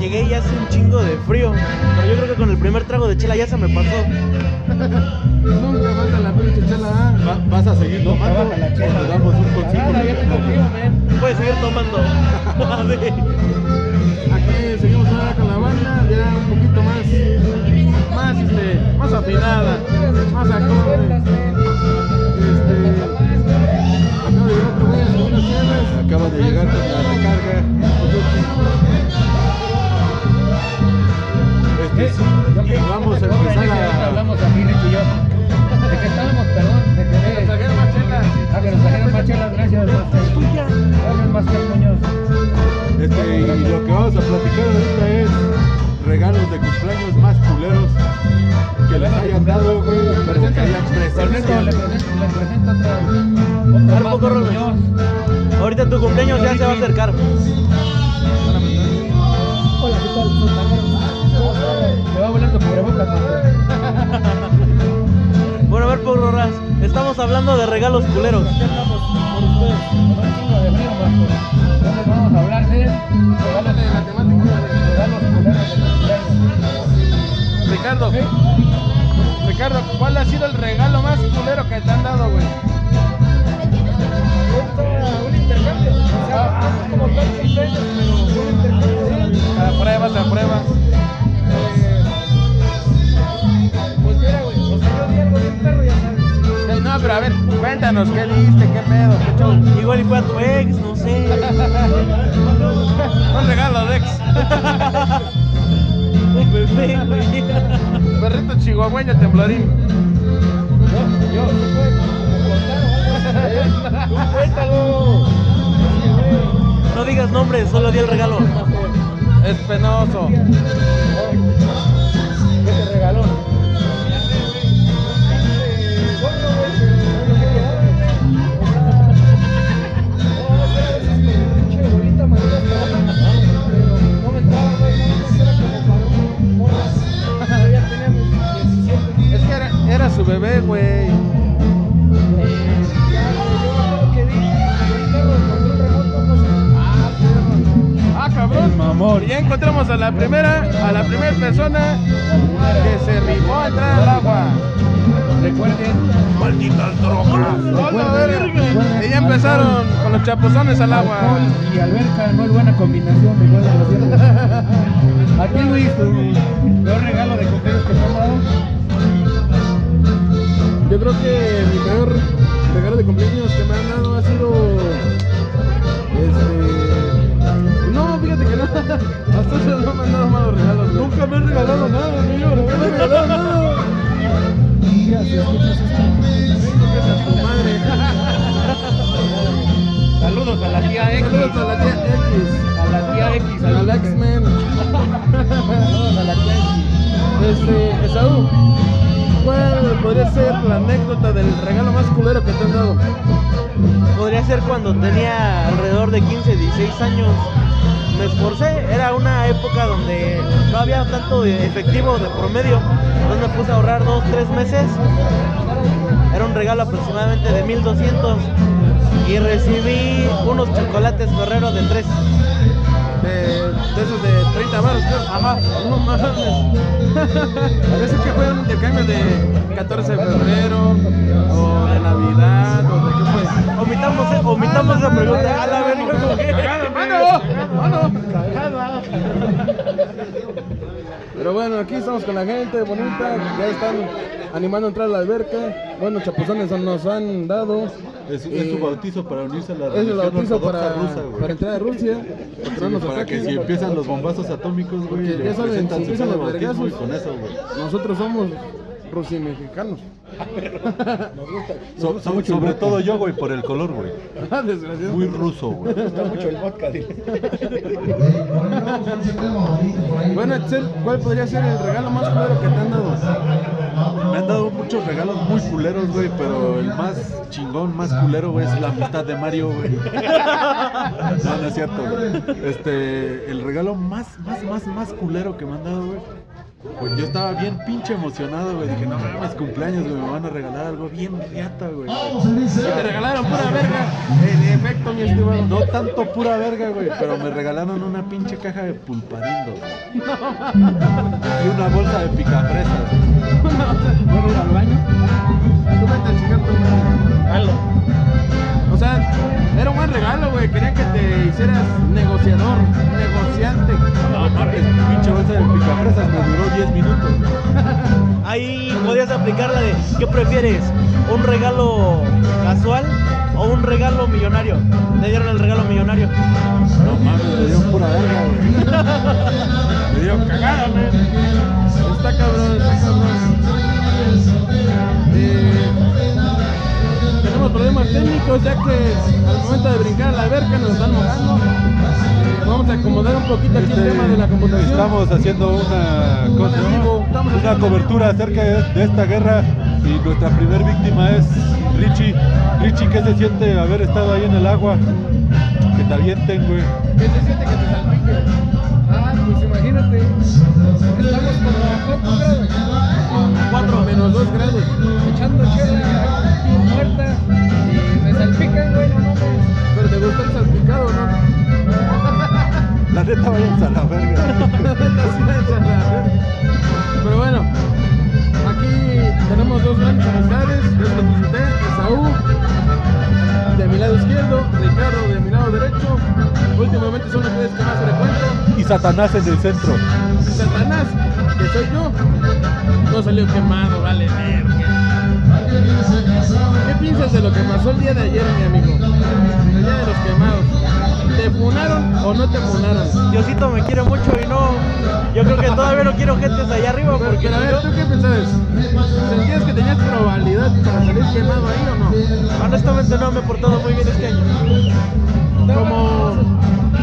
D: Llegué y hace un chingo de frío. Pero yo creo que con el primer trago de chela ya se me pasó.
B: Nunca falta la pinche chela, ¿ah?
C: Va- ¿Vas a seguir tomando? o te damos un consejo?
D: Puedes seguir tomando. Así.
B: Aquí seguimos ahora con la banda, ya un poquito más, más, este, más afinada, más acorde. Este, acaba de llegar otro güey a hacer unas chelas.
C: Acaba de llegar con la recarga. Este sí,
B: Eh,
C: y vamos a empezar a...
F: Hablamos aquí, Rich y yo. De que estábamos, perdón, de que nos trajeron más chelas. Ah, que nos trajeron más chelas, gracias, Master. Gracias, Master Muñoz.
C: Este, y lo que vamos a platicar ahorita es regalos de cumpleaños más culeros que les hayan dado, güey. o que hayan
F: Presento, le
C: presenciado.
F: presento, le presento otro.
D: Armo
F: Otro Master
D: Corrales.
F: Muñoz.
D: Ahorita tu cumpleaños ya se va a acercar.
F: Te va a volar tu cubrebocas, Master.
D: Bueno, a ver, Pablo Ras, estamos hablando de regalos culeros.
F: Con un chingo de frío, Master. Entonces vamos a hablar de regalos de la temática de regalos culeros de cumpleaños.
A: Ricardo, Ricardo, ¿cuál ha sido el regalo más culero que te han dado, güey? A pruebas, a pruebas. Eh, No, pero a ver, cuéntanos, ¿qué diste? ¿Qué pedo? ¿Qué show?
D: Igual y fue a tu ex, no sé.
A: Un regalo, Dex.
D: Un bebé, güey.
A: Perrito chihuahueño temblorín.
D: No digas nombres, solo di el regalo.
A: Es penoso. Es que era, era su bebé, güey. Ah, cabrón.
C: Mamón.
A: Ya encontramos a la primera, a la primera persona que se rifó a entrar al agua. Ah, Recuerden, malditas drogas. Y ya empezaron con los chapuzones al agua.
B: Y alberca, no es buena combinación, mi buena relación. A ti, Luis, tu peor regalo de cumpleaños que te han dado.
G: Yo creo que mi peor regalo de cumpleaños que me han dado ha sido. Este. No, fíjate que no. Hasta eso no me han dado malos regalos. Nunca me han regalado nada, amigo. Nunca me han regalado nada. Gracias, tu madre.
F: Saludos a la tía X.
G: Saludos a la tía X.
F: A la tía X.
G: A la X-Men.
F: Saludos a la tía X.
G: Este, Esaú. ¿Cuál podría ser la anécdota del regalo más culero que te han dado?
D: Podría ser cuando tenía alrededor de 15, 16 años. Me esforcé, era una época donde no había tanto de efectivo de promedio. Entonces me puse a ahorrar dos, tres meses. Era un regalo aproximadamente de 1200.
H: y recibí unos chocolates correros de tres.
B: De, de esos de 30 baros, creo.
H: Ajá.
B: No mames. A veces que fue un intercambio de 14 de febrero, o de Navidad, o de qué fue.
H: Omitamos, eh, omitamos esa pregunta. A la verga.
B: ¡Mano! Ah, Pero bueno, aquí estamos con la gente bonita, que ya están animando a entrar a la alberca. Bueno, chapuzones nos han dado.
C: Es,
B: Eh,
C: es su bautizo para unirse a la
B: Es el
C: religión
B: bautizo
C: ortodoxa
B: para,
C: rusa, güey.
B: para entrar a Rusia. contra
C: Sí,
B: los
C: para que
B: ataques.
C: si empiezan los bombazos atómicos, güey,
B: Porque
C: le
B: ya saben, si
C: presentan su
B: empiezan
C: pedo
B: los
C: bautismo y
B: vergazos.
C: con eso, güey.
B: Nosotros somos rusimexicanos.
C: So- so- sobre todo yo, güey, por el color, güey.
B: Ah, desgraciado.
C: Muy ruso, güey.
B: Bueno, Excel, ¿cuál podría ser el regalo más culero que te han dado?
C: Me han dado muchos regalos muy culeros, güey, pero el más chingón, más culero, güey, es la amistad de Mario, güey. No, no es cierto, güey. Este, el regalo más, más, más, más culero que me han dado, güey. Pues yo estaba bien pinche emocionado, güey. Dije, no mames, cumpleaños, güey, me van a regalar algo bien riata, güey.
B: Te regalaron pura verga. En efecto, mi estimado.
C: No tanto pura verga, güey, pero me regalaron una pinche caja de pulparindo, güey. Y una bolsa de picafresas, güey.
I: ¿Puedo ir al baño?
B: Tú vete a chingar tu madre. O sea, era un buen regalo, güey. Quería que te hicieras negociador, negociante.
C: No mames, pinche bolsa de picafresas me duró 10 minutos, güey.
H: Ahí podías aplicar la de ¿qué prefieres? ¿Un regalo casual o un regalo millonario? Me dieron el regalo millonario.
C: No mames, me dieron pura verga, güey. Me dieron cagada, güey.
B: Está cabrón, está cabrón. Eh, tenemos problemas técnicos ya que al momento de brincar a la verga nos están mojando. Eh, vamos a acomodar un poquito aquí el
C: Este,
B: tema de la computación.
C: Estamos haciendo una, ¿cómo se
B: Estamos
C: llama?
B: haciendo-
C: una cobertura acerca de, de esta guerra y nuestra primer víctima es Richie. Richie, ¿qué se siente haber estado ahí en el agua? Que te avienten, güey.
A: ¿Qué se siente que te salpique? Ah, pues imagínate. Estamos como a cuántos grados.
B: 4 menos 2 grados.
A: Echando chela, muerta. Y me salpican, güey, no mames.
B: Pero te gusta el salpicado, ¿no?
C: La neta, vayan a la verga.
B: Pero bueno, aquí tenemos dos grandes amistades, yo soy Vicente, Esaú, de mi lado izquierdo, Ricardo de mi lado derecho, últimamente son ustedes que más frecuento,
C: Y Satanás en el centro.
B: Satanás, que soy yo, no salió quemado, vale verga. ¿Qué piensas de lo que pasó el día de ayer, mi amigo? El día de los quemados. ¿Te funaron o no te funaron?
H: Diosito me quiere mucho y no. Yo creo que todavía no quiero gentes allá arriba
B: Pero,
H: porque
B: pero a ver,
H: si
B: ¿tú
H: no,
B: qué pensabas? ¿Sentías que tenías probabilidad para salir quemado ahí o no?
H: honestamente no me he portado muy bien este año.
B: Como,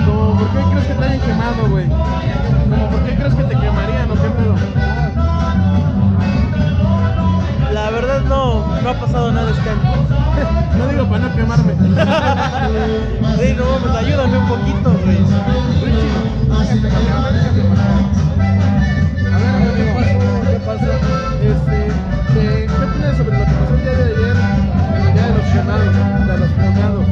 B: como, ¿por qué crees que te hayan quemado, güey? Como, ¿por qué crees que te quemarían o qué pedo?
H: La verdad no, no ha pasado nada este año.
B: No digo para no quemarme.
H: Sí, no mames, ayúdame un poquito, güey.
B: A ver, amigo, ¿qué pasó? ¿Qué pasó? Este, ¿qué- ¿qué opinas sobre lo que pasó el día de ayer en el día de los quemados, de los funados?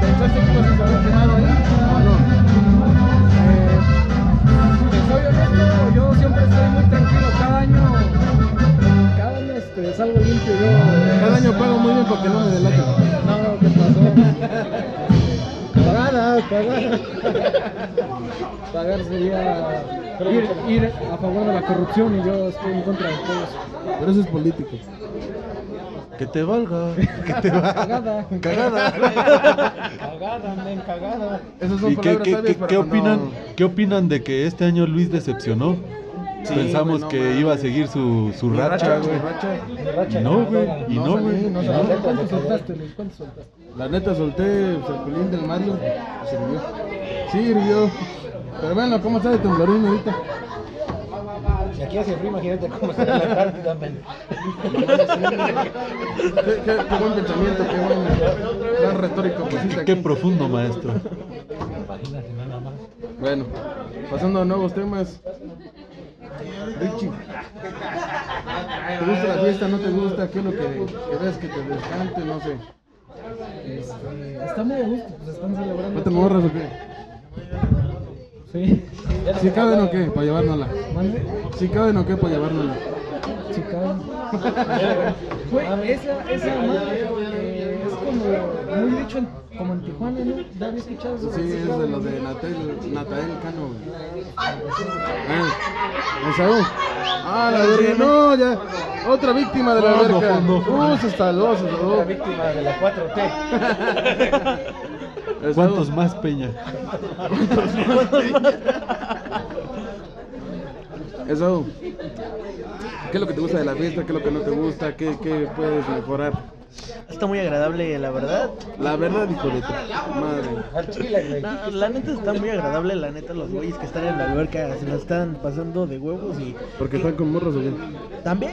B: ¿Pensaste que ibas a salir quemado ahí o no?
A: Eh, te soy honesto, yo siempre estoy muy tranquilo. Cada año, cada año este, salgo limpio. Yo,
B: Cada año pago muy bien porque no me delatan.
A: No, ¿qué pasó? Pagada, pagada. Pagar sería ir, ir a favor de la corrupción y yo estoy en contra de todo eso.
B: Pero eso es político.
C: Que te valga. Que te
A: Cagada.
C: valga. Cagada.
A: Cagada, men, cagada.
B: Esas son
C: ¿Y qué,
B: palabras
C: qué-
B: sabias
C: qué-
B: para
C: qué
B: cuando-
C: opinan, qué opinan de que este año Luis decepcionó? Pensamos
B: güey, no
C: que
B: mames.
C: iba a seguir su, su racha,
B: Racha,
C: güey.
B: güey.
C: Y no, güey. Y no, güey.
A: Sí, no
C: y
A: sé,
C: no.
A: ¿Cuánto soltaste, Luis? ¿Cuánto soltaste?
B: La neta solté pues, el culín del Mario. Sirvió. Sirvió. Pero bueno, ¿cómo está de temblorín ahorita?
A: Si aquí hace frío, imagínate cómo será la Antártida, men.
B: Qué, qué- qué buen pensamiento, qué buen tan retórico pusiste
C: Qué
B: aquí.
C: profundo, maestro.
B: Bueno, pasando a nuevos temas. Richie, ¿te gusta la fiesta? ¿No te gusta? ¿Qué es lo que, que ves que te descante? No sé.
A: Este, está muy a gusto, pues están celebrando.
B: ¿No te morras o qué?
A: Sí.
B: ¿Si caben o qué? Para llevárnosla.
A: ¿Mande?
B: ¿Si caben o qué? Para llevárnosla.
A: Chicago. Güey, esa, esa madre eh, es como muy hecho en- como en Tijuana, ¿no? ¿Ya había escuchado eso?
B: Sí, es de los de Natal, Natael Cano, güey. Eh, ¿Esaú? Ah, la verga, no, ya. Otra víctima de la
C: Fondo,
B: verga.
C: fondo, fondo.
B: Uh, se instaló, se instaló.
A: La víctima de la 4T.
B: Esaú.
C: ¿Cuántos más, Peña?
B: Eso. ¿Qué es lo que te gusta de la fiesta? ¿Qué es lo que no te gusta? ¿Qué, qué puedes mejorar?
D: Está muy agradable, la verdad.
B: La verdad, hijo de tu madre.
A: Al chile, güey.
D: No, la neta está muy agradable, la neta, los güeyes que están en la alberca se la están pasando de huevos y
B: Porque están con morros o qué?
D: también,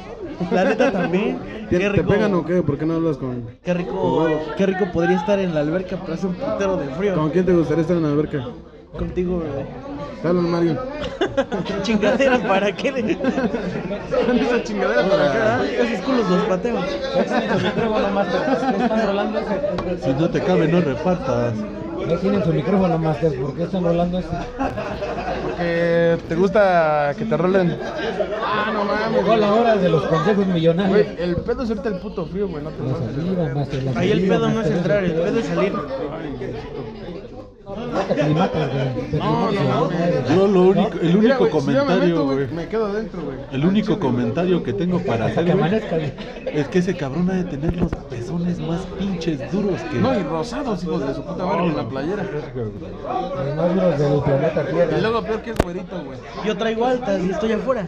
D: la neta también.
B: ¿Te,
D: Qué
B: te
D: rico,
B: pegan o qué? ¿Por qué no hablas con.?
D: Qué rico, qué rico podría estar en la alberca, pero hace un putero de frío.
B: ¿Con quién te gustaría estar en la alberca?
D: Contigo, bebé.
B: Te hablan, Mario.
D: Chingadera, ¿para qué?
B: Esa chingadera para acá. ¿eh?
D: Esos culos los pateo.
A: micrófono master, están rolando ese.
C: Si no te cabe, no repartas.
A: No tienen su micrófono master, ¿por qué están rolando ese?
J: Porque te gusta que te rolen.
B: Ah, no
A: Llegó
B: mames.
A: la hora de los consejos millonarios.
B: Güey, el pedo es ahorita el puto frío, güey. No te
A: La
B: mames.
A: salida, master, la
D: Ahí el
A: salida,
D: pedo no es
A: master,
D: entrar, el pedo es salir.
A: No te aclimatas, güey. Te
B: No,
A: aclimatas,
B: no,
A: güey.
C: Yo lo único, el
B: Mira,
C: único
B: güey, si yo me meto,
C: comentario,
B: güey,
C: güey.
B: Me quedo adentro, güey.
C: El único comentario que tengo para hacer,
A: Que
C: güey,
A: amanezca, güey.
C: es que ese cabrón ha de tener los pezones más pinches duros que...
B: No, y rosados, hijos de su puta madre, con la playera.
A: Los más duros del planeta Tierra.
B: Y luego peor que es güerito, güey.
D: Yo traigo altas y estoy afuera.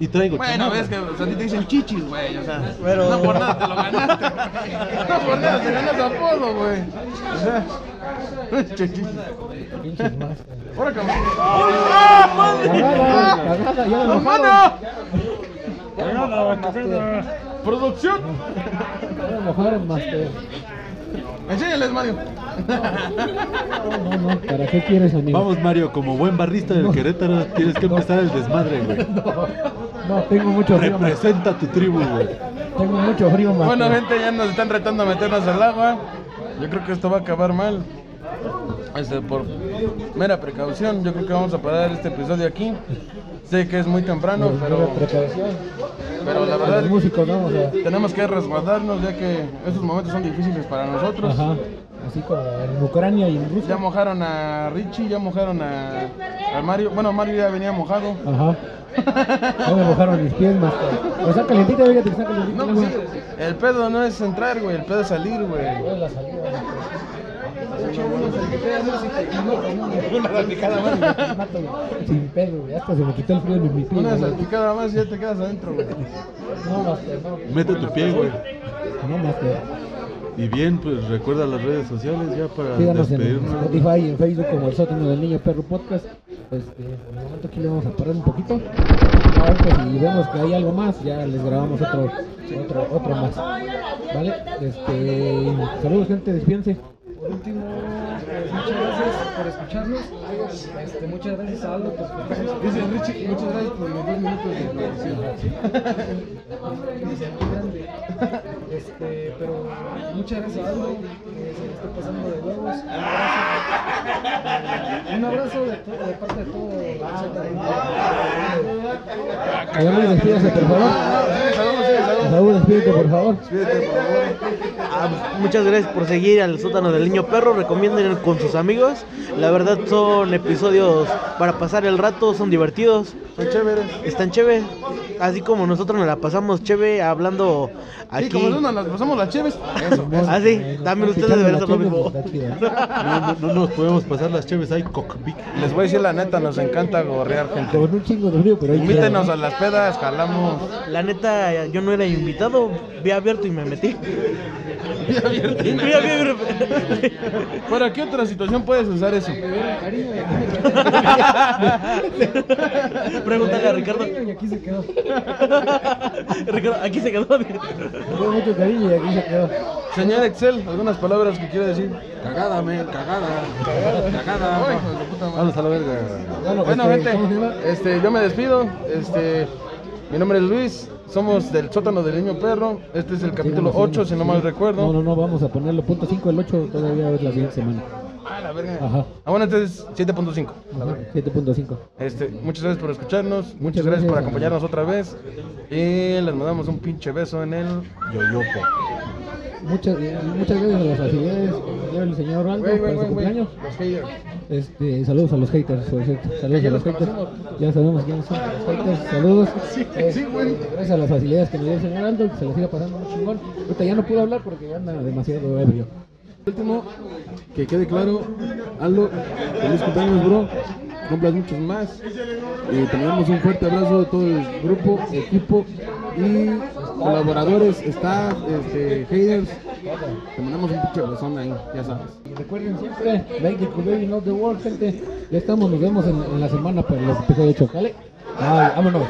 C: Y traigo
B: Bueno, ves que o sea, a ti te dicen chichis, güey. O sea,
D: Pero-
B: no por nada te lo ganaste. no por nada te ganas apodo, güey. O sea, chichis.
A: Pinches master.
B: Ahora cabrón.
A: Cagada, cagada, ya lo
B: ¡Hermano!
A: mojaron, master.
B: ¡Producción!
A: Ya lo mojaron, master.
B: Enséñales, Mario.
A: No, no, ¿para qué quieres, amigo?
C: Vamos, Mario, como buen barrista del Querétaro, tienes que empezar el desmadre, güey.
A: No, tengo mucho frío, master.
C: Representa tu tribu, güey.
A: Tengo mucho frío, master.
J: Bueno, gente, ya nos están retando a meternos al agua. Yo creo que esto va a acabar mal. Este, por mera precaución, yo creo que vamos a parar este episodio aquí. Sé que es muy temprano,
A: Pues,
J: pero,
A: mira, precaución.
J: pero la
A: A
J: verdad
A: los músicos vamos a...
J: tenemos que resguardarnos ya que estos momentos son difíciles para nosotros.
A: Ajá. Así como en Ucrania y en
J: Ya
A: Rusia.
J: mojaron a Richie, ya mojaron a, a Mario. Bueno, Mario ya venía mojado.
A: Ajá. Ya me mojaron mis pies, master. Pero está calentita, fíjate que está calentita.
J: No,
A: el
J: pues sí,
A: agua.
J: el pedo no es entrar, güey, el pedo es salir, güey.
A: Es la salida, master. Sin pedo, güey. Hasta se me quitó el frío en mi pie.
J: Una
A: güey.
J: salpicada más y ya te quedas adentro, güey.
A: No, master, no.
C: Mete tu pie, güey.
A: No, master.
C: Y bien, pues recuerda las redes sociales ya para
A: Síganos en
C: despedirnos. güey.
A: Spotify y en Facebook como el sótano del niño perro podcast. Este, por el momento aquí le vamos a parar un poquito. Ahorita si vemos que hay algo más, ya les grabamos otro, otro, otro más. Vale, este, saludos gente, despídense. Por último, pues, muchas gracias por escucharnos. Este, muchas gracias a Aldo pues, por presencia.
B: Dice Richie, muchas gracias por los dos minutos de producción.
A: Este, pero muchas gracias a Aldo, que se le está pasando de huevos. Un abrazo, un abrazo de, to- de parte de todo. Saúl, despídase, por favor.
J: Saludos, sí, saludos.
A: Saúl, despídete, por favor.
D: Ah, muchas gracias por seguir al sótano del niño perro. Recomienden con sus amigos. La verdad son episodios para pasar el rato, son divertidos.
J: Son chéveres.
D: Están chévere. Así como nosotros nos la pasamos chévere hablando
J: Y
D: aquí.
J: como nosotros nos pasamos las chéves. Eso.
D: Ah, sí, también ustedes deberían hacer lo mismo.
C: No, no, no nos podemos pasar las cheves, hay cockpit.
J: Les voy a decir la neta, nos encanta gorrear, gente.
A: Con un chingo de frío, pero hay
J: Invítenos a las pedas, jalamos.
D: La neta, yo no era invitado. Vi abierto y me metí. Vi abierto.
J: ¿Para qué otra situación puedes usar eso?
D: Pregúntale a Ricardo.
A: Y aquí se quedó.
D: Ricardo, aquí se quedó.
A: Tuve mucho cariño y aquí se quedó.
J: Señor Excel, algunas palabras que quiere decir.
B: Cagada, men, cagada. Cagada.
J: Ay, hijo de puta madre.
C: Vamos a la verga.
A: Bueno,
J: Bueno,
A: este,
J: gente,
A: ¿cómo se llama?
J: este, yo me despido. Este,
B: Mi nombre es Luis, somos del sótano del niño perro. Este es el capítulo
A: Síganos,
B: 8,
A: síganos,
B: si no mal
A: sí. No,
B: recuerdo.
A: no, no, vamos a ponerlo punto 5 el 8 todavía es la siguiente semana.
B: Ah, la verga.
A: Ajá.
B: Ah, bueno, entonces 7.5. la
A: Ajá,
B: verga.
A: 7.5.
B: Este, muchas gracias por escucharnos, muchas,
A: Muchas
B: gracias, por
A: gracias.
B: acompañarnos otra vez y les mandamos un pinche beso en el yoyopo.
A: Muchas, eh, muchas gracias a las facilidades el señor Rango
K: Güey, güey, güey,
A: para su
K: güey.
A: cumpleaños.
K: Los haters.
A: Este, saludos a los haters, por cierto. Saludos
K: ya
A: a los
K: los
A: haters. Ya sabemos quiénes son los haters. Saludos. Este,
K: sí, güey.
A: Gracias a las facilidades que nos dio el señor Aldo, que se la siga pasando muy chingón. Ahorita ya no pudo hablar porque anda demasiado ebrio.
K: Último, que quede claro, Aldo, feliz cumpleaños, bro. Cumplas muchos más. Y te damos un fuerte abrazo a todo el grupo, equipo y colaboradores, staff, este, haters. Te mandamos un pinche besón ahí, ya sabes.
A: Y recuerden siempre, like the Cooley, not the world, gente. Ya estamos, nos vemos en, en la semana para el episodio 8. ¿Vale? Ay, vámonos.